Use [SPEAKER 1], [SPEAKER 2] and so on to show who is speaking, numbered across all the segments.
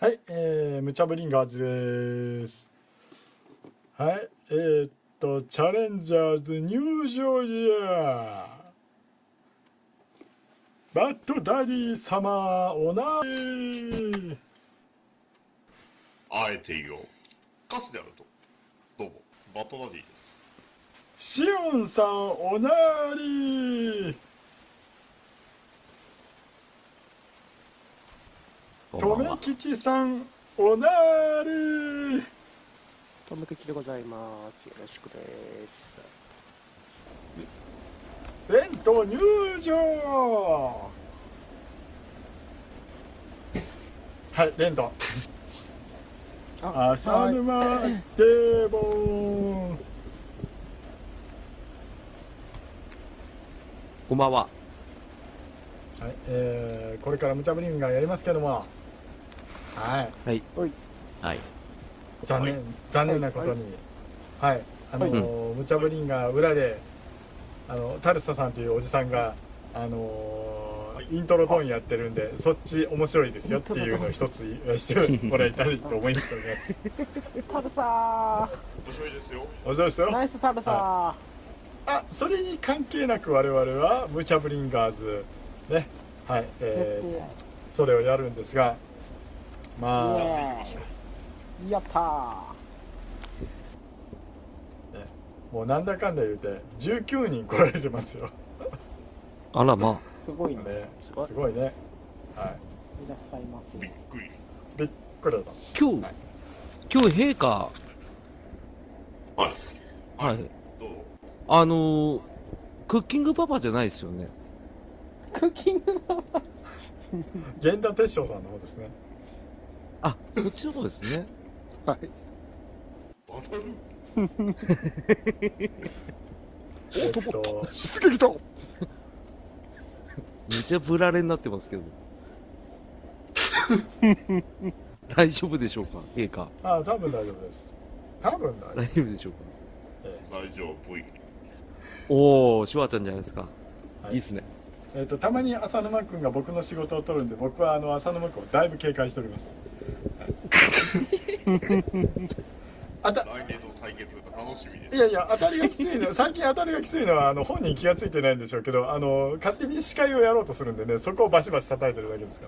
[SPEAKER 1] はい、えー、ムチャブリンガーズです。はい、えー、っと、チャレンジャーズ入場じゃバッドダディ様、おなり
[SPEAKER 2] あえて言おう。カスであると。どうも、バトナディです。
[SPEAKER 1] シオンさん、おなり
[SPEAKER 3] こんばん
[SPEAKER 1] 留
[SPEAKER 3] は。
[SPEAKER 1] 吉さん、おなり
[SPEAKER 4] とめきちでございます。よろしくです。
[SPEAKER 1] レント入場はい、レント。
[SPEAKER 4] あ
[SPEAKER 1] 浅
[SPEAKER 4] はい
[SPEAKER 1] 沼デボン
[SPEAKER 3] こんばんは。
[SPEAKER 1] はい、えー、これから無茶ぶりがやりますけどもはい
[SPEAKER 3] はい。
[SPEAKER 4] はい。
[SPEAKER 3] はい。
[SPEAKER 1] 残念残念なことにはい、あのー無茶ぶりが裏であのタルサさんというおじさんがあのー
[SPEAKER 2] はい
[SPEAKER 1] イントロトーンやってるんでそっち面白いですよっていうのを一つ言わせてもらいたいと思います
[SPEAKER 4] タルサ
[SPEAKER 2] 面白いですよ。
[SPEAKER 1] おじゃです
[SPEAKER 4] ー。
[SPEAKER 1] よ
[SPEAKER 4] ナイスタルサ
[SPEAKER 1] あそれに関係なく我々は無茶ぶりんガーズねはい
[SPEAKER 4] ー。やっ
[SPEAKER 1] えー、
[SPEAKER 4] て
[SPEAKER 1] それをやるんですがまあ
[SPEAKER 4] やったー。
[SPEAKER 1] もうなんだかんだ言うて19人来られてます よ、
[SPEAKER 3] あら、まあ。
[SPEAKER 4] すごいね。
[SPEAKER 1] ね、す
[SPEAKER 4] すごい
[SPEAKER 1] ごいねはい
[SPEAKER 4] らっしゃいます
[SPEAKER 2] びっ
[SPEAKER 4] ね。
[SPEAKER 2] くり。
[SPEAKER 1] いびっくりだ
[SPEAKER 3] 今日、今日陛下、
[SPEAKER 2] はい。
[SPEAKER 3] はい。
[SPEAKER 2] どうぞ。
[SPEAKER 3] あのー、クッキングパパじゃないですよね。
[SPEAKER 4] クッキング
[SPEAKER 1] 源田鉄章さんの方ですね
[SPEAKER 3] あ、そっちの方ですね。
[SPEAKER 2] バトル
[SPEAKER 1] えっ
[SPEAKER 5] と思
[SPEAKER 1] と
[SPEAKER 5] 出撃だ
[SPEAKER 3] めちゃぶられになってますけど。大丈夫でしょうか陛下。
[SPEAKER 1] ああ多分大丈夫です多分大丈夫
[SPEAKER 3] 大丈夫でしょうか
[SPEAKER 1] え
[SPEAKER 2] 大丈夫。い
[SPEAKER 3] おー、シュワちゃんじゃないですか。
[SPEAKER 1] はい
[SPEAKER 3] いいっすね。
[SPEAKER 1] えっとたまに浅沼君が僕の仕事を取るんで僕はあの浅沼君をだいぶ警戒しており ますはいあた
[SPEAKER 2] 来年の対決が楽しみで
[SPEAKER 1] い
[SPEAKER 2] す。
[SPEAKER 1] やいや当たりがきついの 最近当たりがきついのはあの本人気がついてないんでしょうけどあの勝手に司会をやろうとするんでねそこをバシバシ叩いてるだけですか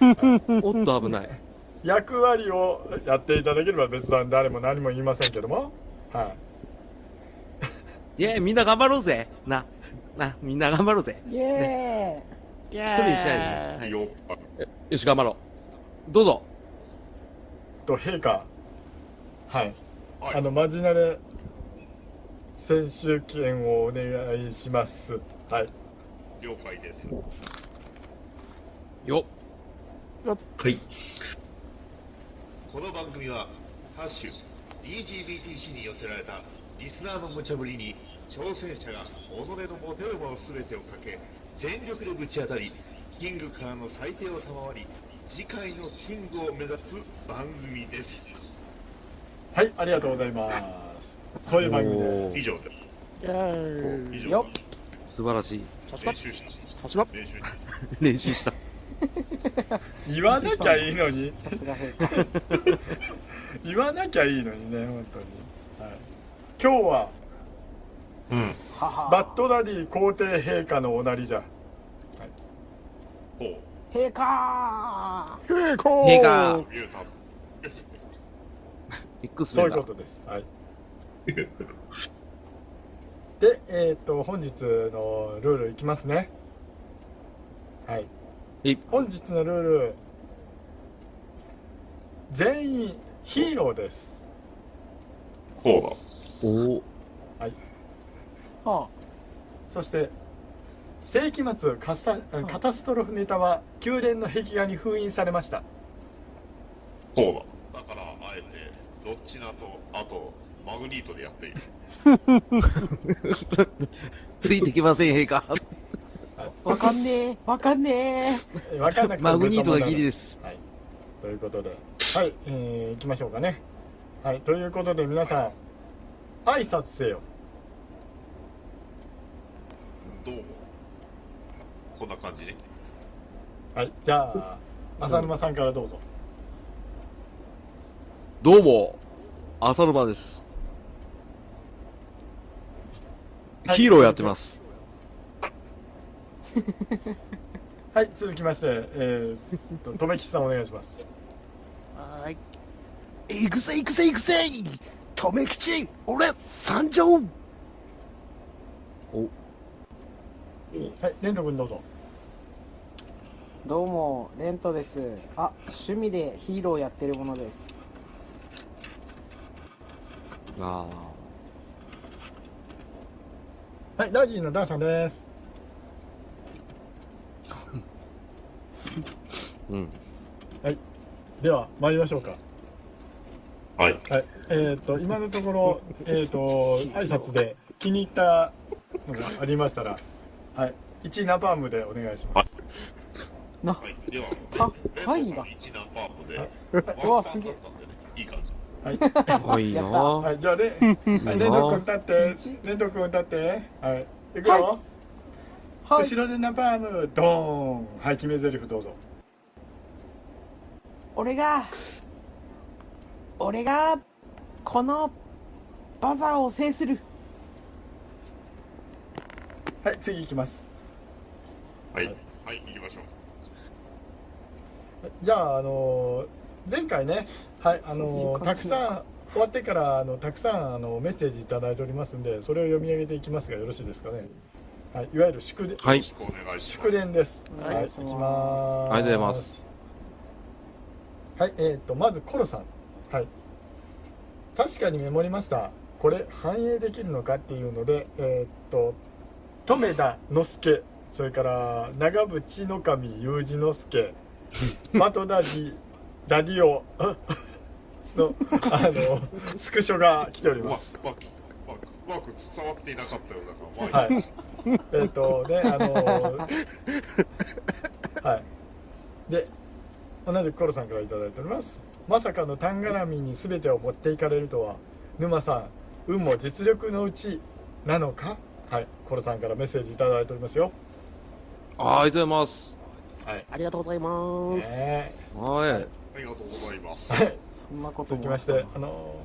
[SPEAKER 1] らね
[SPEAKER 3] おっと危ない。
[SPEAKER 1] 役割をやっていただければ別段誰も何も言いませんけども、はい
[SPEAKER 3] やみんな頑張ろうぜ。な、な、みんな頑張ろうぜ。
[SPEAKER 4] イエーイ。
[SPEAKER 3] 一人にしないでね。はい
[SPEAKER 2] よっぱ
[SPEAKER 3] よし、頑張ろう。どうぞ。
[SPEAKER 1] い、と陛下はい、
[SPEAKER 2] はい
[SPEAKER 1] あのマジナレ選手権をお願いしますはい
[SPEAKER 2] 了解です。
[SPEAKER 3] よっ。
[SPEAKER 2] はい。この番組は、ハッシュ、DGBTC に寄せられたリスナーの無茶ぶりに、挑戦者が己の持てるもの全てをかけ、全力でぶち当たり、キングからの最低を賜り、次回のキングを目指す番組です。
[SPEAKER 1] はいありがとうございますそういう番組です
[SPEAKER 2] 以上で。
[SPEAKER 5] イェーイ
[SPEAKER 2] 以
[SPEAKER 4] よ
[SPEAKER 2] 上。
[SPEAKER 3] 素晴らしい。
[SPEAKER 2] 練習した。
[SPEAKER 5] さすが
[SPEAKER 2] 練習し
[SPEAKER 3] 練習した。
[SPEAKER 1] 言わなきゃいいのに
[SPEAKER 4] さすが陛下。
[SPEAKER 1] 言わなきゃいいのにね本当に、はい、今日は
[SPEAKER 2] うん。
[SPEAKER 4] はは。
[SPEAKER 1] バッドダディ皇帝陛下のおなりじゃ
[SPEAKER 2] おう。
[SPEAKER 4] 陛下
[SPEAKER 5] 陛下
[SPEAKER 3] 陛下
[SPEAKER 2] 言うた。
[SPEAKER 3] X
[SPEAKER 1] そういう
[SPEAKER 3] メンだ
[SPEAKER 1] こ。とです はいでえっ、と本日のルールいきますねはい
[SPEAKER 3] はい
[SPEAKER 1] 本日のルール全員ヒーローです
[SPEAKER 2] そうだ。
[SPEAKER 3] おお。
[SPEAKER 4] あ
[SPEAKER 1] そして世紀末カスタカタストロフネタは宮殿の壁画に封印されました
[SPEAKER 2] そうだ。だから、あえて、ロッチナと、あと、マグニートでやっている。
[SPEAKER 3] ついてきません、陛下。
[SPEAKER 4] わかんねえ。わかんね
[SPEAKER 1] えわかんなくても
[SPEAKER 3] マグニート
[SPEAKER 1] 別に問題
[SPEAKER 3] がギリ
[SPEAKER 1] ない
[SPEAKER 3] です。
[SPEAKER 1] はい、ということで、はい、えー、行きましょうかね。はい、ということで皆さん、挨拶せよ。
[SPEAKER 2] どうも。こんな感じね。
[SPEAKER 1] はい、じゃあ、浅沼さんからどうぞ。
[SPEAKER 3] どうも、浅沼です。
[SPEAKER 1] はい
[SPEAKER 3] ヒーローやってます。
[SPEAKER 1] はい、続きまして、えー、 と、とめきちさんお願いします。
[SPEAKER 4] はーい。行くぜ行くぜ行くぜとめきち俺参上
[SPEAKER 1] はい、レント君どうぞ。
[SPEAKER 5] どうも、レントです。あ、趣味でヒーローやってるものです。
[SPEAKER 3] あ
[SPEAKER 1] はい、ダージーのダンさんです。
[SPEAKER 3] あ、うん。
[SPEAKER 1] では、参りましょうか。
[SPEAKER 2] はい。
[SPEAKER 1] はい、えっ、と、今のところ、えっ、と、挨拶で気に入ったのがありましたら、はい、1位ナパームでお願いします。
[SPEAKER 5] な、
[SPEAKER 2] はい。では、
[SPEAKER 5] かはいが
[SPEAKER 2] 1ナンパープで。
[SPEAKER 5] うわすげえ
[SPEAKER 2] ワンパンだったんでね。いい感じ。
[SPEAKER 1] はい、
[SPEAKER 3] 可愛いな
[SPEAKER 5] やっ
[SPEAKER 1] はい、じゃあ、レン、はい、レント君立って、レント君立って、はい、行くよ、
[SPEAKER 5] はい。
[SPEAKER 1] 後ろでナパーム、ドーンはい、決め台詞どうぞ。
[SPEAKER 5] 俺が、俺が、この、バザーを制する。
[SPEAKER 1] はい、次行きます。
[SPEAKER 2] はい。はい、行きましょう。
[SPEAKER 1] じゃあ、あのー前回ね、はい、あ
[SPEAKER 5] そうい
[SPEAKER 1] の
[SPEAKER 5] う
[SPEAKER 1] ー
[SPEAKER 5] 感
[SPEAKER 1] たく
[SPEAKER 5] じ
[SPEAKER 1] さん、終わってから、あの、たくさん、あの、メッセージいただいておりますんで、それを読み上げていきますが、よろしいですかね。はい、いわゆる祝電、
[SPEAKER 3] は
[SPEAKER 2] よ
[SPEAKER 3] い
[SPEAKER 2] ろ。しくお願いしま
[SPEAKER 1] 祝
[SPEAKER 2] す。
[SPEAKER 1] 電です。
[SPEAKER 5] お
[SPEAKER 1] は
[SPEAKER 5] 願
[SPEAKER 1] い、
[SPEAKER 5] いし
[SPEAKER 1] 行
[SPEAKER 5] ま
[SPEAKER 1] き
[SPEAKER 5] す
[SPEAKER 1] ます。
[SPEAKER 3] ありがとうございま。す。
[SPEAKER 1] はい、えっ、と、まずコロさん。はい。確かにメモりました。これ反映できるのかっていうので、えっ、と、留田之助、それから長渕の神雄二之 助、マトダディ、ダディオ あの、あの、スクショが来ており
[SPEAKER 2] う
[SPEAKER 1] ま。
[SPEAKER 2] ますく、うまく、うまく伝わっていなかったようだから、まあ
[SPEAKER 1] はい。えっ、と、で、あのはい。で、同じくコロさんからいただいております。まさかのタン絡みに全てを持っていかれるとは、沼さん、運も実力のうちなのかはい。コロさんからメッセージいただいておりますよ。
[SPEAKER 3] ああ、ありがとうございます。
[SPEAKER 1] はい。
[SPEAKER 4] ありがとうございます。
[SPEAKER 1] ね
[SPEAKER 3] はい。
[SPEAKER 2] ありがとうございます。
[SPEAKER 1] えはい。
[SPEAKER 5] そんなこと
[SPEAKER 1] 続
[SPEAKER 5] も
[SPEAKER 1] きまして、あの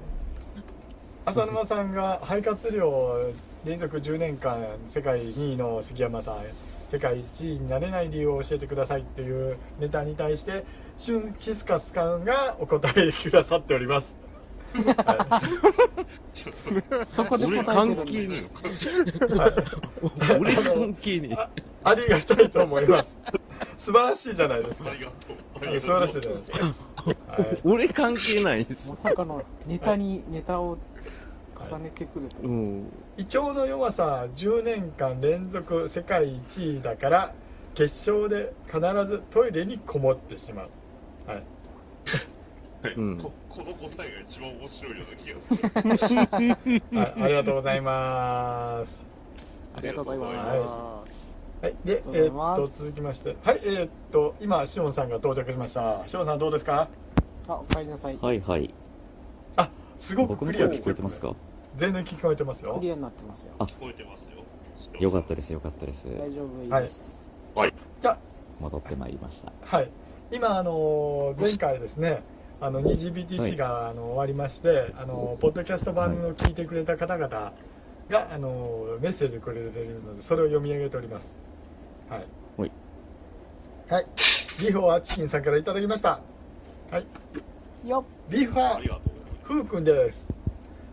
[SPEAKER 1] 浅沼さんが肺活量連続10年間世界2位の杉山さん世界1位になれない理由を教えてくださいっていうネタに対してシュンキスカスカンがお答えくださっております、は
[SPEAKER 2] ちょっと
[SPEAKER 5] そこで答
[SPEAKER 3] 俺
[SPEAKER 5] えてるんだ
[SPEAKER 3] 関係
[SPEAKER 1] い
[SPEAKER 3] に。
[SPEAKER 1] はい
[SPEAKER 3] 俺関係に。
[SPEAKER 1] ありがたいと思い ます素晴らしいじゃないですか
[SPEAKER 2] ありがとう。
[SPEAKER 1] はい素晴らしいじゃないですか、はい
[SPEAKER 3] 俺関係ないです
[SPEAKER 5] ま。さかのネタにネタを重ねてくると。
[SPEAKER 3] うん。
[SPEAKER 1] 胃腸の弱さ10年間連続世界1位だから決勝で必ずトイレにこもってしまう
[SPEAKER 2] はい
[SPEAKER 3] うん
[SPEAKER 2] ここの答えが一番面白いような気がする。
[SPEAKER 1] はい、ありがとうございます。
[SPEAKER 4] ありがとうござい
[SPEAKER 1] は
[SPEAKER 4] ます。
[SPEAKER 1] はい、で、え
[SPEAKER 5] ありがと
[SPEAKER 1] ーっ
[SPEAKER 5] うござい
[SPEAKER 1] と、
[SPEAKER 5] ます
[SPEAKER 1] 続きまして、はい、えーっと、今、しおんさんが到着しました。しおんさん、どうですか。
[SPEAKER 5] あ、おかえりなさい。
[SPEAKER 6] はいはい。
[SPEAKER 1] すごく
[SPEAKER 6] 僕
[SPEAKER 1] ク
[SPEAKER 6] の
[SPEAKER 1] リア
[SPEAKER 6] 声
[SPEAKER 1] で
[SPEAKER 6] 聞
[SPEAKER 1] す
[SPEAKER 6] こ
[SPEAKER 1] よ
[SPEAKER 6] えてますか
[SPEAKER 1] 全然聞こえてます
[SPEAKER 5] ク
[SPEAKER 1] よ。
[SPEAKER 5] リアになってますよ。
[SPEAKER 2] 聞こえてますよ。
[SPEAKER 6] よかったですよかったです。
[SPEAKER 5] 大丈夫いいです。
[SPEAKER 1] じゃあ、
[SPEAKER 6] 戻ってまいりました。
[SPEAKER 1] はい、今、あのー前回ですね、あの 2GBTC が、あの終わりまして、あのポッドキャスト版の聞いてくれた方々が、あのメッセージをくれているので、それを読み上げております。はい。
[SPEAKER 6] はい。
[SPEAKER 1] はい。ビフォーアチキンさんからいただきました。はい。
[SPEAKER 5] よっ。
[SPEAKER 1] ビファ
[SPEAKER 2] ありがとうございます。
[SPEAKER 1] ふうくんです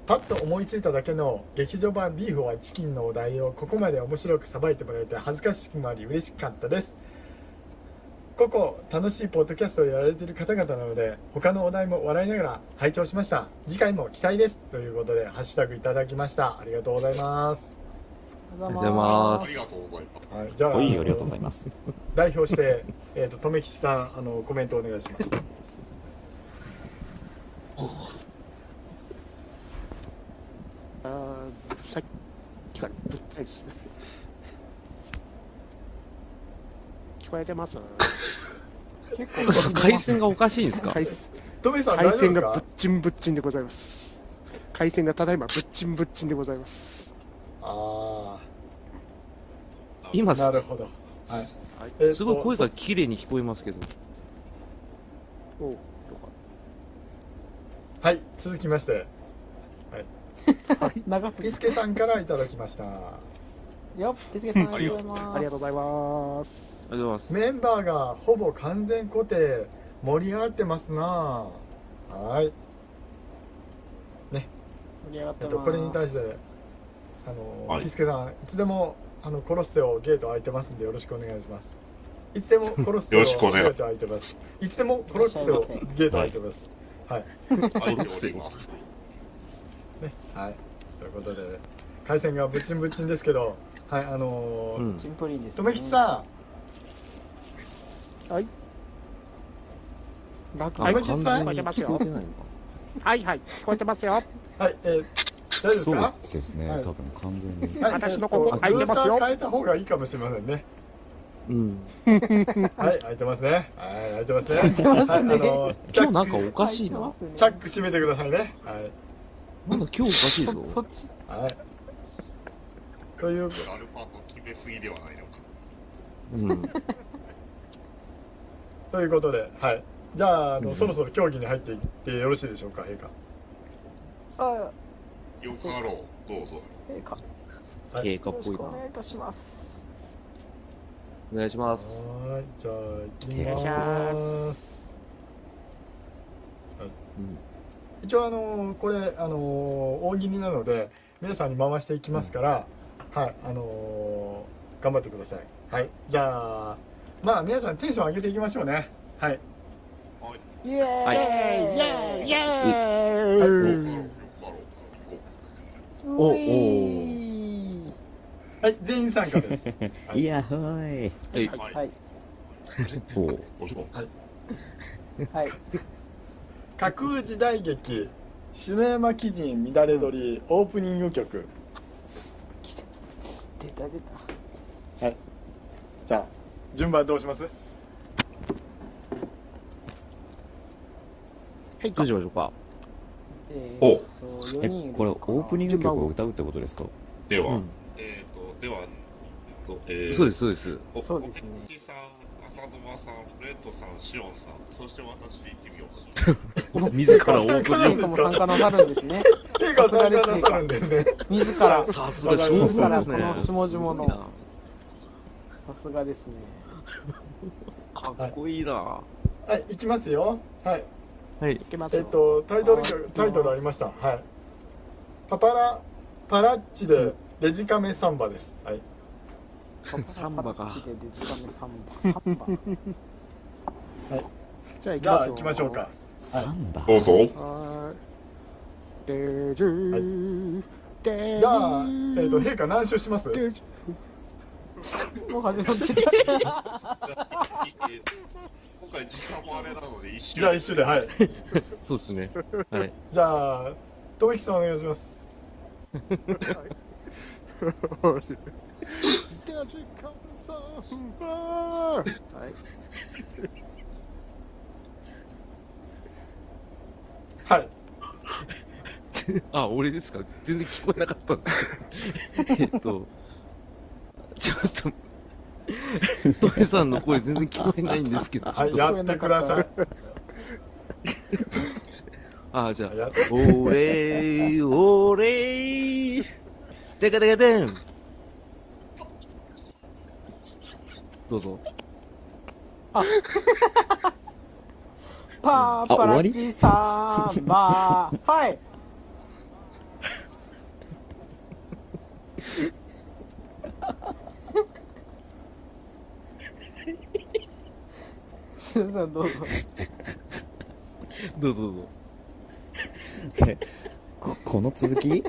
[SPEAKER 1] パッと思いついただけの劇場版ビーフはチキンのお題をここまで面白くさばいてもらえて恥ずかしくもあり嬉しかったですここ楽しいポッドキャストをやられている方々なので他のお題も笑いながら拝聴しました次回も期待ですということでハッシュタグいただきましたありがとうございます、
[SPEAKER 5] おはよう
[SPEAKER 3] おはようございま
[SPEAKER 2] ありがとうございます。
[SPEAKER 1] はい、じゃあ
[SPEAKER 6] はい、ありがとうございます。
[SPEAKER 1] 代表して、 えー、と留吉さんあのコメントお願いします
[SPEAKER 4] あーさっきからぶったいです。 聞こえてます
[SPEAKER 5] 結構飛び出ます
[SPEAKER 3] 回線がおかしいんですか
[SPEAKER 4] 回
[SPEAKER 1] 留吉さん大
[SPEAKER 4] 回
[SPEAKER 1] 丈夫で
[SPEAKER 4] 線
[SPEAKER 1] す
[SPEAKER 4] がぶっ
[SPEAKER 1] か
[SPEAKER 4] ちんぶっちんでございます。回線がただいまぶっちんぶっちんでございます。
[SPEAKER 1] あ
[SPEAKER 3] 今
[SPEAKER 1] あな
[SPEAKER 3] す
[SPEAKER 1] るほど、はいえーと
[SPEAKER 3] すごい声が綺麗に聞こえますけど。
[SPEAKER 4] おう
[SPEAKER 1] はい続きまして
[SPEAKER 5] 長す
[SPEAKER 1] ピ
[SPEAKER 5] ぎ
[SPEAKER 1] スケさんからいただきました
[SPEAKER 5] よっ、ピスケさん、ありがとうございます。
[SPEAKER 4] ありがとうございます。
[SPEAKER 3] ありがとうございます。
[SPEAKER 1] メンバーがほぼ完全固定盛り上がってますなあはい
[SPEAKER 5] 盛り上がっ
[SPEAKER 1] え
[SPEAKER 5] て
[SPEAKER 1] っ
[SPEAKER 5] ます。
[SPEAKER 1] とこれに対してあの、
[SPEAKER 2] はい
[SPEAKER 1] ピスケさんいつでもあのコロッセオゲート開いてますんでよろしくお願いしますいつでもコロッセオ
[SPEAKER 2] よろしくお願い
[SPEAKER 1] ゲート開いてますいつでもコロッセオゲート開いてますはい
[SPEAKER 2] 入っております。
[SPEAKER 1] ねはいそういうことで回線がぶっちんぶっちんですけどはいあのー
[SPEAKER 3] うん
[SPEAKER 5] チンプリンです、
[SPEAKER 1] とめひさ
[SPEAKER 4] はい。
[SPEAKER 5] ん。楽
[SPEAKER 3] あ、
[SPEAKER 1] はい
[SPEAKER 3] 完全に聞こえてないのか。
[SPEAKER 4] はいはい。聞こえてますよ。
[SPEAKER 1] んはいえー、大丈夫です
[SPEAKER 6] そ
[SPEAKER 1] か
[SPEAKER 6] うですね、
[SPEAKER 1] はい
[SPEAKER 6] 多分完全に。
[SPEAKER 1] はい
[SPEAKER 4] 私のここ空いてます
[SPEAKER 1] ルー
[SPEAKER 4] よ
[SPEAKER 1] ター変えた方がいいかもしれませんね。
[SPEAKER 3] うん。
[SPEAKER 1] はい、空いてますね。はい、空いて ますね。はい、あの、チャ
[SPEAKER 3] 今日な
[SPEAKER 1] ッ
[SPEAKER 3] んかお
[SPEAKER 1] ク、
[SPEAKER 3] かしいな。なんか
[SPEAKER 1] チャック閉めてくださいね。はい。
[SPEAKER 3] 今日おかしいぞ。
[SPEAKER 5] そっち。
[SPEAKER 1] はい。という、
[SPEAKER 2] アルファの決めすぎではないのか。
[SPEAKER 3] うん。
[SPEAKER 1] ということで、はい。じゃあ、あの、そろそろ競技に入っていってよろしいでしょうか、陛下。
[SPEAKER 5] あ、
[SPEAKER 2] よかろう、どうぞ。
[SPEAKER 5] えー、か、よ
[SPEAKER 3] 経過っ
[SPEAKER 5] ろ
[SPEAKER 3] ぽ
[SPEAKER 5] し
[SPEAKER 3] い
[SPEAKER 5] く
[SPEAKER 3] な
[SPEAKER 5] お。願いいたします。
[SPEAKER 3] お願いします。
[SPEAKER 1] はい、じゃあ、
[SPEAKER 6] お願
[SPEAKER 1] 行
[SPEAKER 6] い
[SPEAKER 1] き
[SPEAKER 6] し
[SPEAKER 1] ます。
[SPEAKER 3] うん。
[SPEAKER 1] 一応、あの、これ、あの、大喜利なので、皆さんに回していきますから、はい、あの、頑張ってください。はい。じゃあ、まあ、皆さんテンション上げていきましょうね。はい。
[SPEAKER 5] イエーイ、
[SPEAKER 3] はい
[SPEAKER 5] イエーイイエーイ
[SPEAKER 1] はい
[SPEAKER 2] よかろう、よかろう。
[SPEAKER 3] お
[SPEAKER 5] うい
[SPEAKER 1] はい、全員参加です。はい
[SPEAKER 6] いやほーい。
[SPEAKER 3] はい。
[SPEAKER 2] 行こう。
[SPEAKER 5] はい、
[SPEAKER 6] おう
[SPEAKER 2] おいおい
[SPEAKER 5] はい。
[SPEAKER 1] 架空時代劇「篠山貴人乱れ鳥」オープニング曲
[SPEAKER 5] 来た。出た出た。
[SPEAKER 1] じゃあ順番どうします
[SPEAKER 3] どうしましょうか。
[SPEAKER 5] え
[SPEAKER 2] お
[SPEAKER 5] ー、と、4
[SPEAKER 6] え、
[SPEAKER 5] 人いる
[SPEAKER 6] これオープニング曲を歌うってことですか
[SPEAKER 2] で
[SPEAKER 3] う
[SPEAKER 2] は
[SPEAKER 3] ん、。
[SPEAKER 2] えっと、では、え。
[SPEAKER 3] そうですす、そうです。
[SPEAKER 2] お
[SPEAKER 5] そうですね
[SPEAKER 2] おきさん、浅沼さん、フレッドさん、シオンさん、そして私で行ってみようか。
[SPEAKER 3] 自らオープニン
[SPEAKER 5] 陛下も参加なさるんですね。
[SPEAKER 1] 映画参加なさるんですね
[SPEAKER 5] 自ら、
[SPEAKER 3] グ。さすが、下々ですね。
[SPEAKER 5] この下々の
[SPEAKER 3] すごいな
[SPEAKER 5] さすがですね。
[SPEAKER 3] かっこいいな。は
[SPEAKER 1] はい行きますよはい
[SPEAKER 3] い。
[SPEAKER 5] いけます
[SPEAKER 1] え
[SPEAKER 5] よ
[SPEAKER 1] っとタイトル
[SPEAKER 5] あー
[SPEAKER 1] タイトルありましたはいパパラパラッチでデジカメサンバですはい
[SPEAKER 3] サンバか
[SPEAKER 5] タッチでデジカメサンバ、サンバ。
[SPEAKER 4] じゃあ行き
[SPEAKER 1] じゃ
[SPEAKER 4] ま
[SPEAKER 1] あ
[SPEAKER 4] し
[SPEAKER 1] 行きまし
[SPEAKER 4] ょう。
[SPEAKER 1] ょうか
[SPEAKER 6] サンバ。
[SPEAKER 2] どうぞ。
[SPEAKER 4] はーい。でじゅー。で
[SPEAKER 1] じゃあえっ、と陛下何周します
[SPEAKER 4] でじゅ
[SPEAKER 5] もう始まってる。
[SPEAKER 2] えー今回時間もあれなので、一周。
[SPEAKER 1] じゃあ一周ではい
[SPEAKER 3] そうです ね。はい。
[SPEAKER 1] じゃあ富木さんお願いします
[SPEAKER 4] デジカメサンバはい。
[SPEAKER 1] はい
[SPEAKER 3] あ、俺ですか全然聞こえなかったんです けど。えっと、ちょっと、トメさんの声全然聞こえないんですけど、ち
[SPEAKER 1] は
[SPEAKER 3] ょっ
[SPEAKER 1] い
[SPEAKER 3] と、
[SPEAKER 1] やってください
[SPEAKER 3] あ、じゃ
[SPEAKER 1] やっ
[SPEAKER 3] あ、俺、俺、てかてかてん。どうぞ。
[SPEAKER 5] パーパラッチサンバ。はい。しゅんさんどうぞ。
[SPEAKER 3] どうぞどうぞ。
[SPEAKER 6] こ、この続き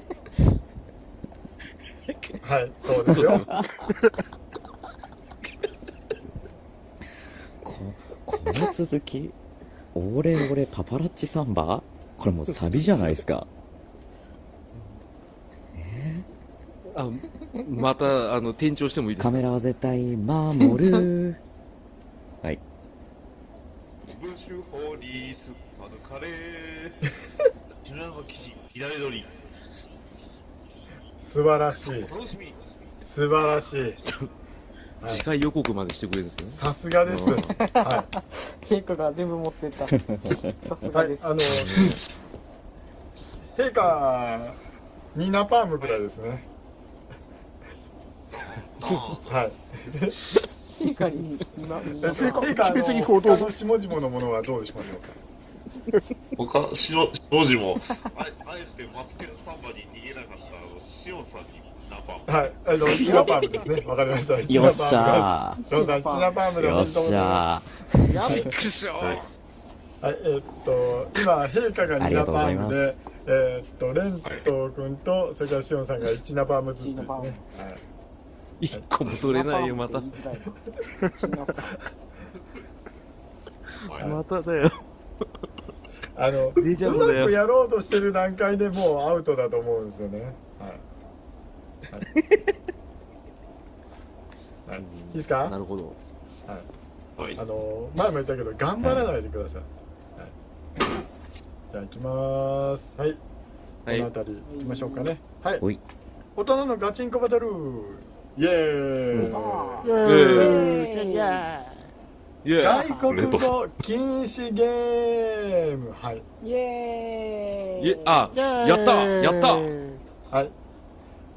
[SPEAKER 1] はいそうですよ
[SPEAKER 6] こ、この続きオレオレパパラッチサンバこれもうサビじゃないですか。
[SPEAKER 3] あ、また、あの、転調してもいいです
[SPEAKER 6] カ
[SPEAKER 3] か
[SPEAKER 6] メラは絶対守 る。はい。
[SPEAKER 2] ブッシュホーリースパヌカレー。ジュラの記事、左取り。
[SPEAKER 1] 素晴らしい
[SPEAKER 2] お楽し み。
[SPEAKER 1] 素晴らしい
[SPEAKER 3] 次回予告までしてくれるんですね。
[SPEAKER 1] さすがです。
[SPEAKER 3] うん
[SPEAKER 1] は
[SPEAKER 5] 陛下が全部持ってった。さす
[SPEAKER 1] い。は
[SPEAKER 5] が
[SPEAKER 1] い
[SPEAKER 5] で、す。
[SPEAKER 1] あの、陛下にナパームぐらいですね
[SPEAKER 2] ドーン
[SPEAKER 1] はい
[SPEAKER 5] 陛下に今
[SPEAKER 1] えっと陛下
[SPEAKER 4] 別に
[SPEAKER 1] の
[SPEAKER 4] こうどうぞ
[SPEAKER 1] 他の下々のものはどうでしましょうか
[SPEAKER 2] 他、塩、塩地も、ああえてマツケンサンバに逃げなかったあの、塩さんにナパン。
[SPEAKER 1] はい、あの、チナパームですね。わかりました。
[SPEAKER 6] よっしゃ
[SPEAKER 1] チナパームです。翔さん、チナパームで
[SPEAKER 6] よっし
[SPEAKER 1] ー
[SPEAKER 6] ゃ
[SPEAKER 3] ちっくしょ
[SPEAKER 2] はい
[SPEAKER 1] はい、えーっと、今、陛下が
[SPEAKER 6] あ
[SPEAKER 1] 2
[SPEAKER 6] りが
[SPEAKER 1] ナパ
[SPEAKER 6] とうござい
[SPEAKER 1] ー
[SPEAKER 6] ま
[SPEAKER 1] ム
[SPEAKER 6] す
[SPEAKER 1] で、えーっと、レント君と、それからシオンさんが1ナパームずつですね。
[SPEAKER 5] チナパー
[SPEAKER 1] は
[SPEAKER 5] ム
[SPEAKER 1] い、
[SPEAKER 3] 一個も取れないよ、また。まただよ。
[SPEAKER 1] あの、
[SPEAKER 3] デジャブだよ
[SPEAKER 1] うまくやろうとしてる段階でもうアウトだと思うんですよね。はい。はい、はい、いいです
[SPEAKER 3] な
[SPEAKER 1] か
[SPEAKER 3] るほど。
[SPEAKER 2] はい
[SPEAKER 1] あ。の、前も言ったけど、頑張らないでください。はい。じゃあ、行きます。はい。
[SPEAKER 3] は
[SPEAKER 1] この
[SPEAKER 3] い。
[SPEAKER 1] 辺り行きましょうかね。はい。
[SPEAKER 6] ほい
[SPEAKER 1] 大人のガチンコバトル。イエーイ。
[SPEAKER 3] いや、
[SPEAKER 1] 外国語禁止ゲーム。はい。
[SPEAKER 5] イエーイ
[SPEAKER 3] いやあ、やったやった
[SPEAKER 1] はい。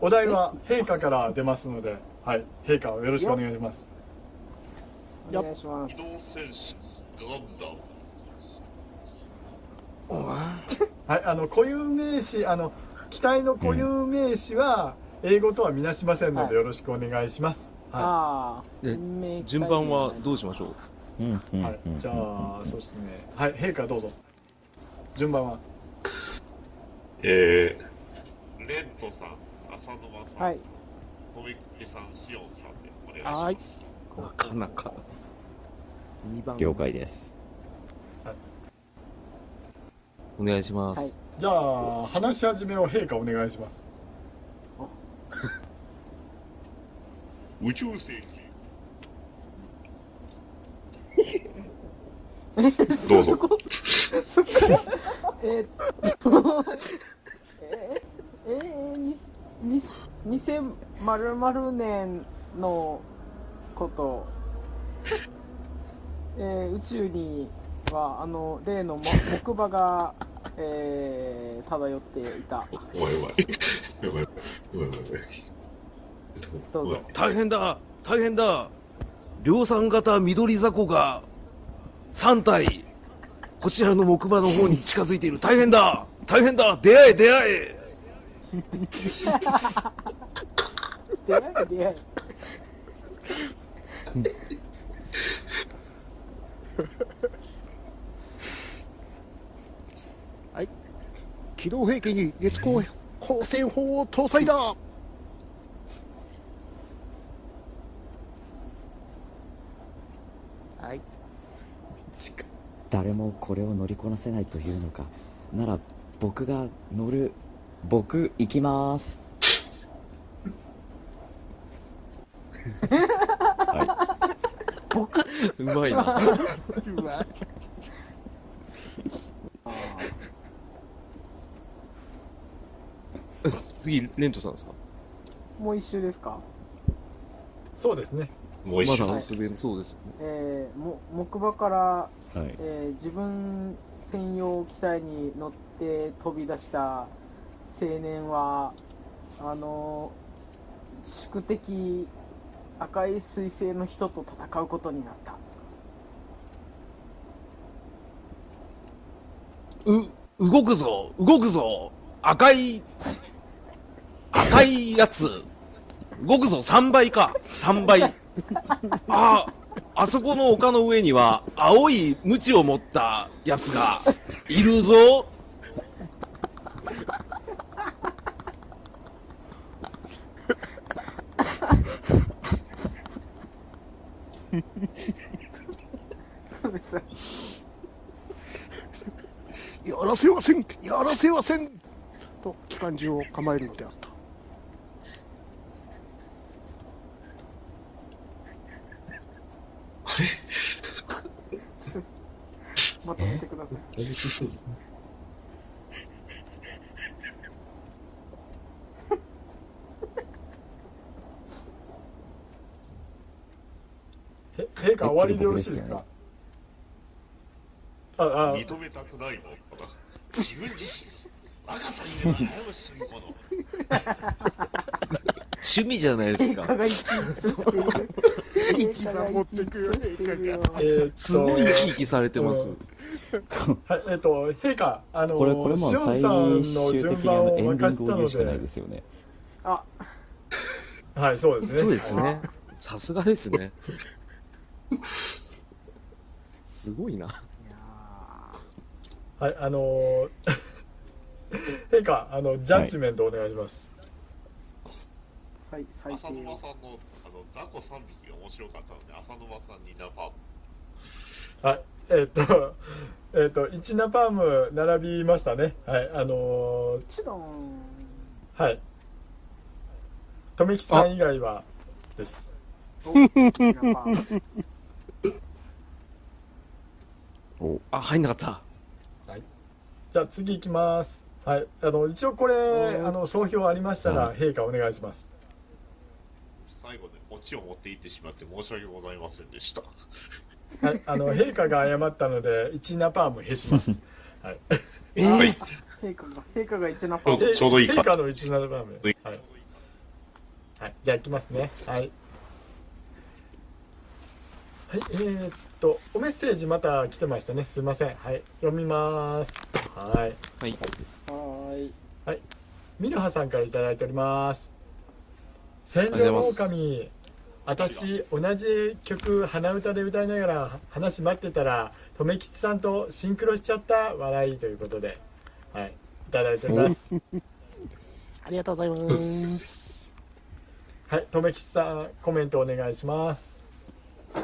[SPEAKER 1] お題は陛下から出ますので、はい。陛下をよろしくお願いします。
[SPEAKER 5] お願いしま
[SPEAKER 2] 機
[SPEAKER 5] す
[SPEAKER 2] 動戦士、ガンダム。
[SPEAKER 1] はい。あの固有名詞、あの機体の固有名詞は英語とはみなしませんの
[SPEAKER 5] は
[SPEAKER 1] で
[SPEAKER 5] い
[SPEAKER 1] よろしくお願いします。は
[SPEAKER 5] ああ
[SPEAKER 3] え
[SPEAKER 5] 人命
[SPEAKER 3] 順番はどうしましょう
[SPEAKER 6] うんう
[SPEAKER 1] い。
[SPEAKER 6] ん
[SPEAKER 1] はい
[SPEAKER 6] うん。
[SPEAKER 1] じゃあ、そうですね。はい。陛下どうぞ。順番は。
[SPEAKER 2] えー、レントさん、浅沼さん、
[SPEAKER 5] はい
[SPEAKER 2] コミックさん、シオンさんでお願いします。
[SPEAKER 3] なかなか。2番
[SPEAKER 6] 了解です。
[SPEAKER 3] お願いしま
[SPEAKER 5] はい
[SPEAKER 3] す。
[SPEAKER 1] じゃあ、話し始めを陛下お願いします。
[SPEAKER 2] 宇宙世紀。どうぞ。
[SPEAKER 5] えーっとえーえーにに2000年のことえー宇宙にはあの例のも木馬が、えー漂っていた
[SPEAKER 2] お前、お前。お前、お前、お前。
[SPEAKER 5] どうぞ
[SPEAKER 3] 大変だ大変だ量産型緑雑魚が3体こちらの木馬の方に近づいている大変だ大変だ出会え出会え
[SPEAKER 5] 出会い出会い
[SPEAKER 4] 機動兵器に熱光光線砲を搭載だはい
[SPEAKER 6] 誰もこれを乗りこなせないというのか。なら、僕が乗る。僕、行きます。
[SPEAKER 3] うまいな
[SPEAKER 4] うわ
[SPEAKER 3] 次レントさんですか
[SPEAKER 5] もう一周ですか
[SPEAKER 1] そうですね。
[SPEAKER 2] もう一
[SPEAKER 3] ま
[SPEAKER 2] 周。
[SPEAKER 3] だ遊べそうですよね
[SPEAKER 5] えー、も木馬から
[SPEAKER 6] はい。
[SPEAKER 5] えー自分専用機体に乗って飛び出した青年はあのー宿敵赤い彗星の人と戦うことになった
[SPEAKER 3] う動くぞ動くぞ赤い赤いやつ動くぞ3倍か3倍あああそこの丘の上には青い鞭を持ったやつがいるぞ
[SPEAKER 5] ごめんなさい
[SPEAKER 4] やらせはせんやらせはせんと機関銃を構えるのであった
[SPEAKER 5] まとめてください
[SPEAKER 2] だいぶ進んだ
[SPEAKER 1] へ陛下終わりでよろしいですかああ
[SPEAKER 2] 認めたくないもんだな。自分自身。若さにではなよ死ぬ者
[SPEAKER 3] 趣味じゃないです
[SPEAKER 5] 映画
[SPEAKER 3] か。
[SPEAKER 5] が生き生きとしてる。
[SPEAKER 1] 一番持ってくよね
[SPEAKER 5] 映画が生き生きとしてるよ
[SPEAKER 1] えーっと
[SPEAKER 3] すごい生き生きされてます。
[SPEAKER 6] こ
[SPEAKER 1] はい、えっ、と、陛下、あの、
[SPEAKER 6] これ、これもう最
[SPEAKER 1] シオンさんの
[SPEAKER 6] 終的
[SPEAKER 1] 順
[SPEAKER 6] にあ
[SPEAKER 1] 番
[SPEAKER 6] の
[SPEAKER 1] を
[SPEAKER 6] エンディ
[SPEAKER 1] 任
[SPEAKER 6] ン
[SPEAKER 1] せ
[SPEAKER 6] グ
[SPEAKER 1] た
[SPEAKER 6] を言うしかな
[SPEAKER 1] の
[SPEAKER 6] いで
[SPEAKER 1] で、
[SPEAKER 6] すよね。
[SPEAKER 5] あ、
[SPEAKER 1] はい、そうですね。
[SPEAKER 3] そうですね。さすがですね。すごいな。
[SPEAKER 5] いや
[SPEAKER 1] はい、あの ー陛下、あの、ジャッジメントお願いします。
[SPEAKER 5] ー最最
[SPEAKER 2] 浅
[SPEAKER 5] 低
[SPEAKER 2] 沼さんのあの雑魚3匹が面白かったので浅沼さんにナパーム
[SPEAKER 1] はい、えっ、と、えっ、と、1ナパーム並びましたね。はい、あのー
[SPEAKER 5] ちどん
[SPEAKER 1] はい。留吉さん以外はです。
[SPEAKER 5] やっ ぱ
[SPEAKER 3] あ、入んなかった。
[SPEAKER 1] じゃあ次行きます。はい、あの、一応これ、あの、総評ありましたら、陛下お願いします。
[SPEAKER 2] 最後でオチを持っていってしまって申し訳ございませんでした
[SPEAKER 1] はい、あの、陛下が謝ったので、1ナパーム減します。はい。
[SPEAKER 3] えー
[SPEAKER 2] はい
[SPEAKER 5] 陛下が陛下が一ナパー
[SPEAKER 2] うんちょうどいいか
[SPEAKER 1] 陛下の一七番目。はい。はい、じゃあ行きますね。はい。はい、えー、っと、おメッセージまた来てましたね。すいません。はい、読みます。はい。
[SPEAKER 3] はい。
[SPEAKER 5] はーい
[SPEAKER 1] ミルハさんからいただいております。戦
[SPEAKER 3] あ
[SPEAKER 1] 場
[SPEAKER 3] りがとう
[SPEAKER 1] の
[SPEAKER 3] ござい
[SPEAKER 1] 狼。私同じ曲鼻歌で歌いながら話待ってたら留吉さんとシンクロしちゃった笑いということで、はい、いただいております。
[SPEAKER 4] ありがとうございます。
[SPEAKER 1] はい、とめきちさん、コメントお願いします。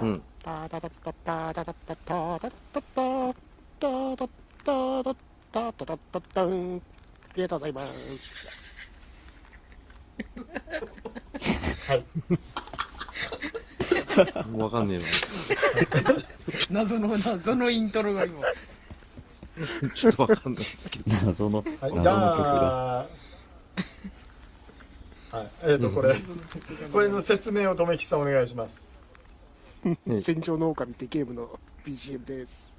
[SPEAKER 3] うん。
[SPEAKER 4] タタタタタタタタタタタタタタタタタタタタタンありがとうございます。
[SPEAKER 1] はい、
[SPEAKER 3] わかんねえ
[SPEAKER 5] 謎の謎のイントロが今
[SPEAKER 3] な。ちょっとわかんないですけど。
[SPEAKER 6] 謎の、
[SPEAKER 1] は
[SPEAKER 6] 謎
[SPEAKER 1] い、
[SPEAKER 6] の曲
[SPEAKER 1] じゃ
[SPEAKER 6] が。
[SPEAKER 1] あ。 はい、えっ、と、これ、これの説明をとめきちさんお願いします。
[SPEAKER 4] 戦場の狼ってゲームの BGM です。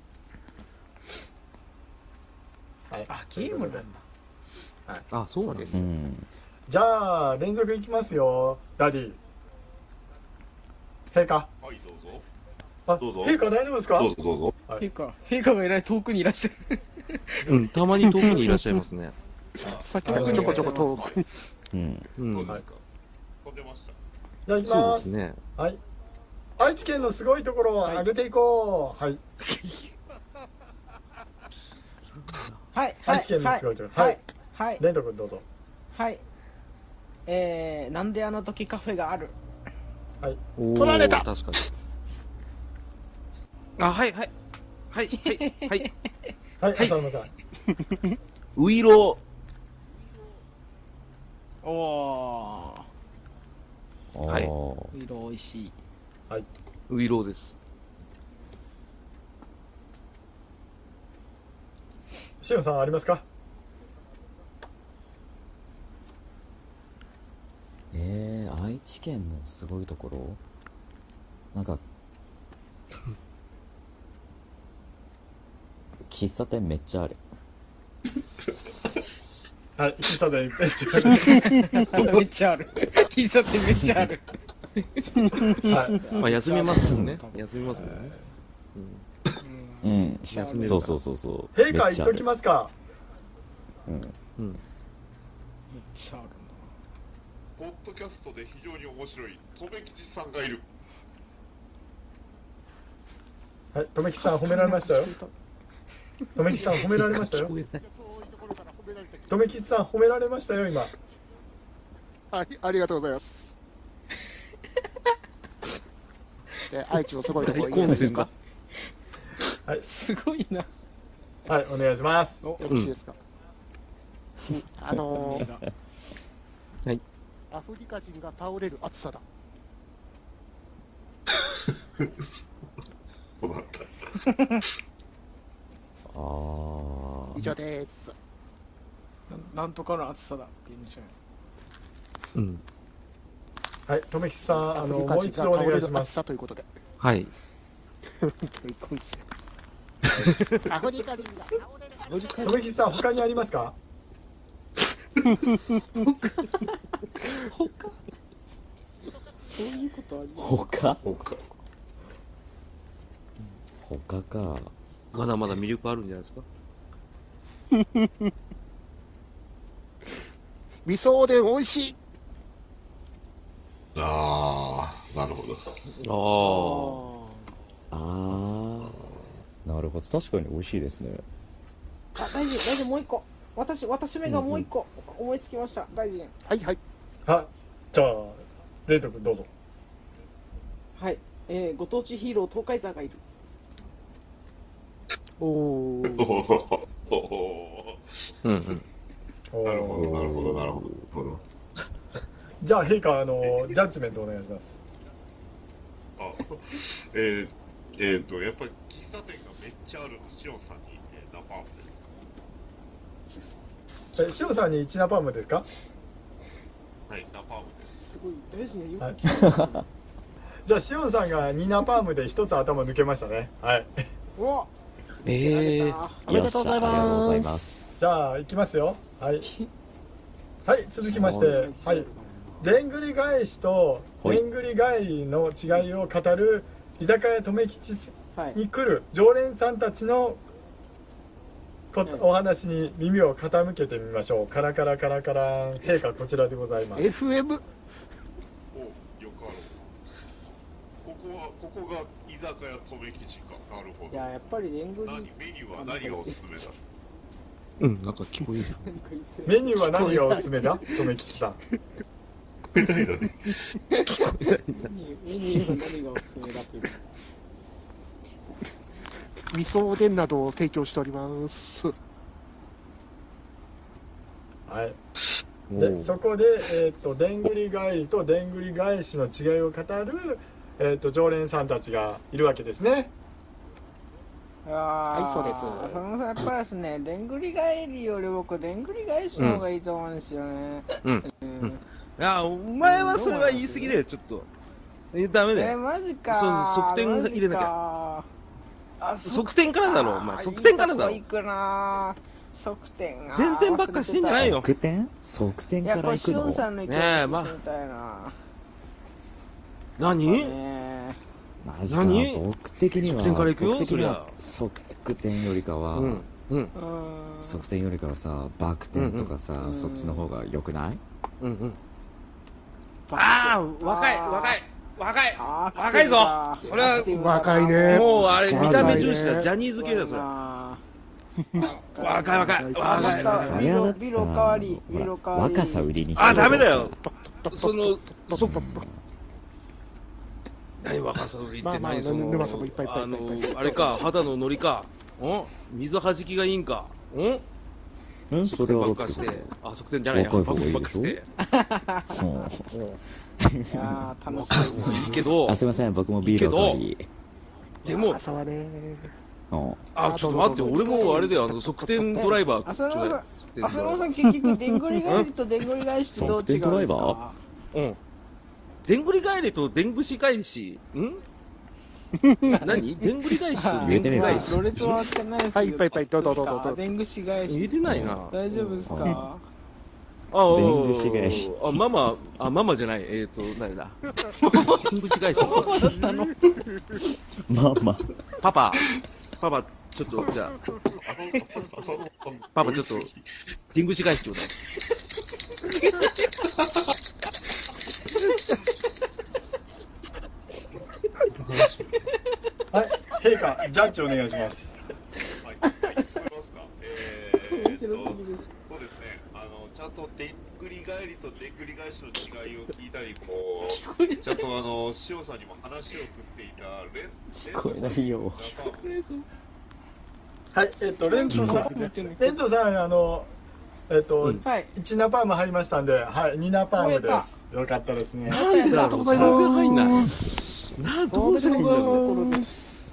[SPEAKER 1] はい、
[SPEAKER 5] あゲームなんだ
[SPEAKER 3] あ、そうなんで
[SPEAKER 6] う
[SPEAKER 3] す。
[SPEAKER 6] ん。
[SPEAKER 1] じゃあ、連続いきますよ、ダディ。陛下。
[SPEAKER 2] はいどうぞ
[SPEAKER 1] あ、
[SPEAKER 2] どうぞ
[SPEAKER 1] 陛下大丈夫ですか。
[SPEAKER 2] どうぞどうぞ
[SPEAKER 5] 陛下陛下がえらい遠くにいらっしゃる
[SPEAKER 3] うん、たまに遠くにいらっしゃいますね。
[SPEAKER 4] さっきからちょこちょこトーク。
[SPEAKER 6] うん。
[SPEAKER 3] うん。
[SPEAKER 2] どうですか、飛んでました
[SPEAKER 1] じゃあ、いき
[SPEAKER 3] そう
[SPEAKER 1] ま
[SPEAKER 3] ですすね。
[SPEAKER 1] はい。愛知県のすごいところを上げていこう。はい、
[SPEAKER 5] はい
[SPEAKER 1] 愛知県のすごいところ。
[SPEAKER 5] は
[SPEAKER 1] はいい、
[SPEAKER 5] はい
[SPEAKER 1] レント君どうぞ。
[SPEAKER 5] はいえー、なんであの時カフェがある
[SPEAKER 3] 取
[SPEAKER 4] 取られた
[SPEAKER 3] 確かに。あ、はいはい。はいはいはい。
[SPEAKER 1] はい、浅沼さん。
[SPEAKER 3] ウイロ
[SPEAKER 5] おお
[SPEAKER 6] ああ、
[SPEAKER 3] はい
[SPEAKER 5] 色おいしい
[SPEAKER 3] ー、ウイローです。
[SPEAKER 1] しおんさんありますか。
[SPEAKER 6] えー、愛知県のすごいところなんか、喫茶店めっちゃある。
[SPEAKER 1] はい、喫茶店いっぱい違う。
[SPEAKER 5] めっちゃある 喫茶店めっちゃある
[SPEAKER 1] はい、
[SPEAKER 3] まあ、休みますもんね。休みますもんね。
[SPEAKER 6] うん。
[SPEAKER 3] 休めるから
[SPEAKER 6] そうそうそうそう。
[SPEAKER 1] 陛下
[SPEAKER 6] めっち
[SPEAKER 1] 言っ
[SPEAKER 6] ゃ
[SPEAKER 1] と
[SPEAKER 6] ある
[SPEAKER 1] きますか。
[SPEAKER 5] めっちゃある
[SPEAKER 2] ポッドキャストで非常に面白い留吉さんがいる
[SPEAKER 1] はい、とめきさん褒められましたよ。とめきさん褒められましたよ。
[SPEAKER 3] 聞こえない
[SPEAKER 1] とめきさん褒められましたよ、今。
[SPEAKER 4] はい、ありがとうございます。で、愛知のすごいところ
[SPEAKER 3] 大混戦だ。
[SPEAKER 5] すごいな
[SPEAKER 1] はい、お願いします。
[SPEAKER 4] よろしいですか、あのー
[SPEAKER 3] はい
[SPEAKER 4] アフリカ人が倒れる暑さだ。
[SPEAKER 2] どうなった
[SPEAKER 6] あー
[SPEAKER 4] 以上です。
[SPEAKER 5] ななんとかの暑さだって言うんじゃない
[SPEAKER 3] うん。
[SPEAKER 1] はい、とめきさん、
[SPEAKER 4] ア
[SPEAKER 1] あ
[SPEAKER 4] フ
[SPEAKER 1] の、
[SPEAKER 4] リ
[SPEAKER 1] も
[SPEAKER 4] カ
[SPEAKER 1] う一
[SPEAKER 4] 人
[SPEAKER 1] 度お
[SPEAKER 4] が倒
[SPEAKER 1] 願
[SPEAKER 4] れ
[SPEAKER 1] いし
[SPEAKER 4] る
[SPEAKER 1] ま
[SPEAKER 4] 暑
[SPEAKER 1] す。
[SPEAKER 4] さということで。
[SPEAKER 3] はい。
[SPEAKER 4] 大混戦
[SPEAKER 1] とめきさん、他にありますか。
[SPEAKER 5] 他そういうことあります
[SPEAKER 6] 他
[SPEAKER 2] 他
[SPEAKER 6] 他か。
[SPEAKER 3] まだまだ魅力あるんじゃないですか
[SPEAKER 4] 味噌おでん美味しい
[SPEAKER 2] あ あなるほど
[SPEAKER 5] あ
[SPEAKER 3] あ
[SPEAKER 6] あー。なるほど。確かに美味しいですね。
[SPEAKER 5] あ大臣大臣もう一個私私めがもう一個思いつきました大臣
[SPEAKER 4] はいはい
[SPEAKER 1] はじゃあレイト君どうぞ
[SPEAKER 5] はい、えー、ご当地ヒーロー東海座がいる
[SPEAKER 4] おおー
[SPEAKER 2] おーお
[SPEAKER 3] あうんうん
[SPEAKER 2] ーなるほ
[SPEAKER 1] おー
[SPEAKER 2] どなるほどなるほどなる
[SPEAKER 1] じゃあ陛下あのジャッジメントお願いします
[SPEAKER 2] ほどあえー、えー、とやっぱり喫茶店がめっちゃあるシオンさんに、えー、ナパームで
[SPEAKER 1] えシオさんに1ナパームですか
[SPEAKER 2] はいナパームです
[SPEAKER 5] すごい大臣よく
[SPEAKER 1] はい
[SPEAKER 5] 聞いてます ね
[SPEAKER 1] じゃあシオさんが2ナパームで1つ頭抜けましたねはいう
[SPEAKER 5] わ
[SPEAKER 3] ええ
[SPEAKER 5] やられ
[SPEAKER 4] おめでとうご
[SPEAKER 6] よっ
[SPEAKER 4] ざい
[SPEAKER 6] しゃありがとうご
[SPEAKER 4] ま
[SPEAKER 6] ざい
[SPEAKER 4] す
[SPEAKER 6] ます。
[SPEAKER 1] じゃあ行きますよはいはい続きまして
[SPEAKER 5] た
[SPEAKER 1] はいでんぐり返しと
[SPEAKER 6] はい
[SPEAKER 1] でんぐり返りの違いを語る居酒屋とめきち
[SPEAKER 5] はい
[SPEAKER 1] に来る常連さんたちのこ
[SPEAKER 5] はい
[SPEAKER 1] お話に耳を傾けてみましょうカラカラカラカラン陛下こちらでございます
[SPEAKER 4] FM
[SPEAKER 2] およかろうここはここが居酒屋とめきちかなるほ
[SPEAKER 5] い
[SPEAKER 2] ど
[SPEAKER 5] ややっぱりでんぐりな
[SPEAKER 2] 何
[SPEAKER 5] んか
[SPEAKER 2] メニューは何がおすすめだ
[SPEAKER 3] うん、なんか聞こえる。
[SPEAKER 5] 言ってる
[SPEAKER 1] メニューは何がおすすめだとめきちさん
[SPEAKER 2] 食べないだね
[SPEAKER 5] メニューメニューは何がおすすめだという
[SPEAKER 4] 味噌おでんなどを提供しております
[SPEAKER 1] はい
[SPEAKER 3] お
[SPEAKER 1] で
[SPEAKER 3] ー
[SPEAKER 1] そこで、えー、とでんぐり返りとでんぐり返しの違いを語る、えー、と常連さんたちがいるわけですね
[SPEAKER 5] はい
[SPEAKER 4] そうです
[SPEAKER 5] そのやっぱりですねでんぐり返りより僕でんぐり返しの方がいいと思うんですよね
[SPEAKER 3] うん
[SPEAKER 5] うん
[SPEAKER 3] いや、お前はそれは言い過ぎだよ、ちょっと。え、ダメだ
[SPEAKER 5] え
[SPEAKER 3] よ。
[SPEAKER 5] マジか
[SPEAKER 3] そう側転入れなきゃ
[SPEAKER 5] ゃあ
[SPEAKER 3] 側転からだろ、お前。側転からだ
[SPEAKER 5] いい
[SPEAKER 3] ろ
[SPEAKER 5] と。こ行くな側転が
[SPEAKER 3] 前転ばっかしてんじゃないよ
[SPEAKER 6] 側転側転
[SPEAKER 5] い
[SPEAKER 6] か
[SPEAKER 5] や
[SPEAKER 6] ら
[SPEAKER 5] これ
[SPEAKER 6] 行く
[SPEAKER 5] しおん
[SPEAKER 6] の
[SPEAKER 5] さんの意見
[SPEAKER 3] ねえまあ
[SPEAKER 5] 聞いてみたいな、
[SPEAKER 3] 何
[SPEAKER 5] ね
[SPEAKER 6] マジか
[SPEAKER 3] 何
[SPEAKER 6] 僕的には
[SPEAKER 3] 側転から行くよ
[SPEAKER 6] 僕的には
[SPEAKER 3] そ
[SPEAKER 6] 側転よりかは、
[SPEAKER 3] うん、う
[SPEAKER 5] えうー
[SPEAKER 3] ん、
[SPEAKER 5] ん
[SPEAKER 6] 側転よりかはさバク転とかさ、
[SPEAKER 5] んうん
[SPEAKER 6] そっちの方が良くない
[SPEAKER 3] うん、うん。
[SPEAKER 5] バ
[SPEAKER 3] あ
[SPEAKER 5] ッ
[SPEAKER 3] あ、
[SPEAKER 5] ク
[SPEAKER 3] 若い、若い、若い。
[SPEAKER 5] あー
[SPEAKER 3] 若いぞ
[SPEAKER 5] アクティブだ
[SPEAKER 3] それは
[SPEAKER 5] アクティブだな
[SPEAKER 4] 若いね
[SPEAKER 3] もうあれ、
[SPEAKER 6] 若い
[SPEAKER 3] 見た目重視だ。ジャニーズ系だよ、 それ。
[SPEAKER 5] あ
[SPEAKER 3] 若い、若い、
[SPEAKER 5] ーマ
[SPEAKER 3] 若
[SPEAKER 5] ス
[SPEAKER 3] い
[SPEAKER 5] タ。ー
[SPEAKER 6] そ
[SPEAKER 5] ビ
[SPEAKER 6] りゃだ
[SPEAKER 5] ロ
[SPEAKER 6] って
[SPEAKER 5] ビ
[SPEAKER 6] さ
[SPEAKER 5] ロ代わり
[SPEAKER 6] ほ
[SPEAKER 5] ビ
[SPEAKER 6] ら
[SPEAKER 5] ロ代わり
[SPEAKER 6] 若さ売りにして
[SPEAKER 3] あ、
[SPEAKER 6] るから
[SPEAKER 3] ダメ
[SPEAKER 6] さ
[SPEAKER 3] だよ。その、そ何若さ売りっ
[SPEAKER 4] ま
[SPEAKER 3] て
[SPEAKER 4] あまあ
[SPEAKER 3] 何その、
[SPEAKER 4] 沼さんもいっぱいいっぱいい
[SPEAKER 3] あ
[SPEAKER 4] っぱいいっぱい
[SPEAKER 3] の、あれか、肌のノリか。ん水はじきがいいんか。ん
[SPEAKER 6] うんそ
[SPEAKER 3] 側転ば
[SPEAKER 6] れはど
[SPEAKER 3] っ
[SPEAKER 6] っ
[SPEAKER 3] か
[SPEAKER 6] ち
[SPEAKER 3] し
[SPEAKER 6] だ
[SPEAKER 3] て
[SPEAKER 6] よ。
[SPEAKER 3] あ、側転じゃないや。バ
[SPEAKER 6] 若い方がいいでしょ
[SPEAKER 3] ックして。
[SPEAKER 6] そう
[SPEAKER 5] いやー楽しいな
[SPEAKER 3] もういいけど
[SPEAKER 6] あ、すいません僕もビールの代わり
[SPEAKER 3] でも、
[SPEAKER 4] 朝はね
[SPEAKER 6] うん
[SPEAKER 3] あ、ちょっと待って、俺もあれだよ、あの、側転ドライバー。
[SPEAKER 5] 浅野さん
[SPEAKER 3] ちょっと
[SPEAKER 5] 浅野さ
[SPEAKER 3] 待って
[SPEAKER 5] ん結局でんぐり返り とでんぐり返しどう違うんです
[SPEAKER 6] 側転ドライバ
[SPEAKER 5] か
[SPEAKER 3] うん。でんぐり返りとでんぐし返りし、ん 何でんぐり返しと
[SPEAKER 6] 言
[SPEAKER 3] で
[SPEAKER 6] え
[SPEAKER 3] ん
[SPEAKER 6] て
[SPEAKER 3] ぐ
[SPEAKER 6] ねえ
[SPEAKER 3] り
[SPEAKER 6] ぞ
[SPEAKER 3] 返し。
[SPEAKER 5] ろれつ回ってないですけど
[SPEAKER 4] はいいっぱいいっぱいどうぞどうぞどうぞ
[SPEAKER 5] でんぐし返
[SPEAKER 3] 言え
[SPEAKER 5] して
[SPEAKER 3] ないな。
[SPEAKER 5] 大丈夫ですか
[SPEAKER 3] ああ、
[SPEAKER 6] でんぐし返し
[SPEAKER 3] あ、ママ、あ、ママじゃない、えっと、誰だ。でんぐし 返し。
[SPEAKER 6] まあまあ
[SPEAKER 3] パパ、パパ、ちょっと、じゃあ、パパちょっと、でんぐし返しちょうだい。
[SPEAKER 1] はい陛下ジャッジお願いします
[SPEAKER 2] はい、はい、聞こえますか。えー、っと、
[SPEAKER 5] 面白すぎる
[SPEAKER 2] そうですね。あの、ちゃんとでんぐり返りとでんぐり返しの違いを聞いたり、こう。ちゃんと、あの、しおさんにも話を振っていた。レン、
[SPEAKER 6] 聞こえないよ
[SPEAKER 2] レン
[SPEAKER 1] はいえっ、とレントさんレントさんあのえっ、と、
[SPEAKER 5] はい
[SPEAKER 1] 1ナパーム入りましたんで、はい、2ナパームで
[SPEAKER 5] 終え
[SPEAKER 1] す。よかったですね。あ
[SPEAKER 3] なんでだろう、全然入んない。なあ、どうしたらいいんだろう。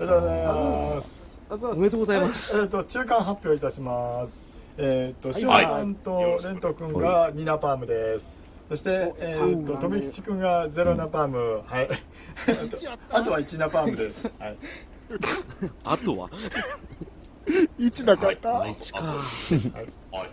[SPEAKER 1] りがとうございます。
[SPEAKER 5] あざ
[SPEAKER 3] お
[SPEAKER 5] っ
[SPEAKER 3] めでとうございます。
[SPEAKER 1] えっと、中間発表いたします。えっと、シュ
[SPEAKER 2] はい
[SPEAKER 1] さんとレント君が2ナパームです。そして、えっと、富吉君が0ナパーム。はい。 あとは1ナパームです。はい。
[SPEAKER 3] あとは
[SPEAKER 4] 一なかっ
[SPEAKER 2] は
[SPEAKER 4] た
[SPEAKER 2] い、
[SPEAKER 3] 一か。
[SPEAKER 2] はい、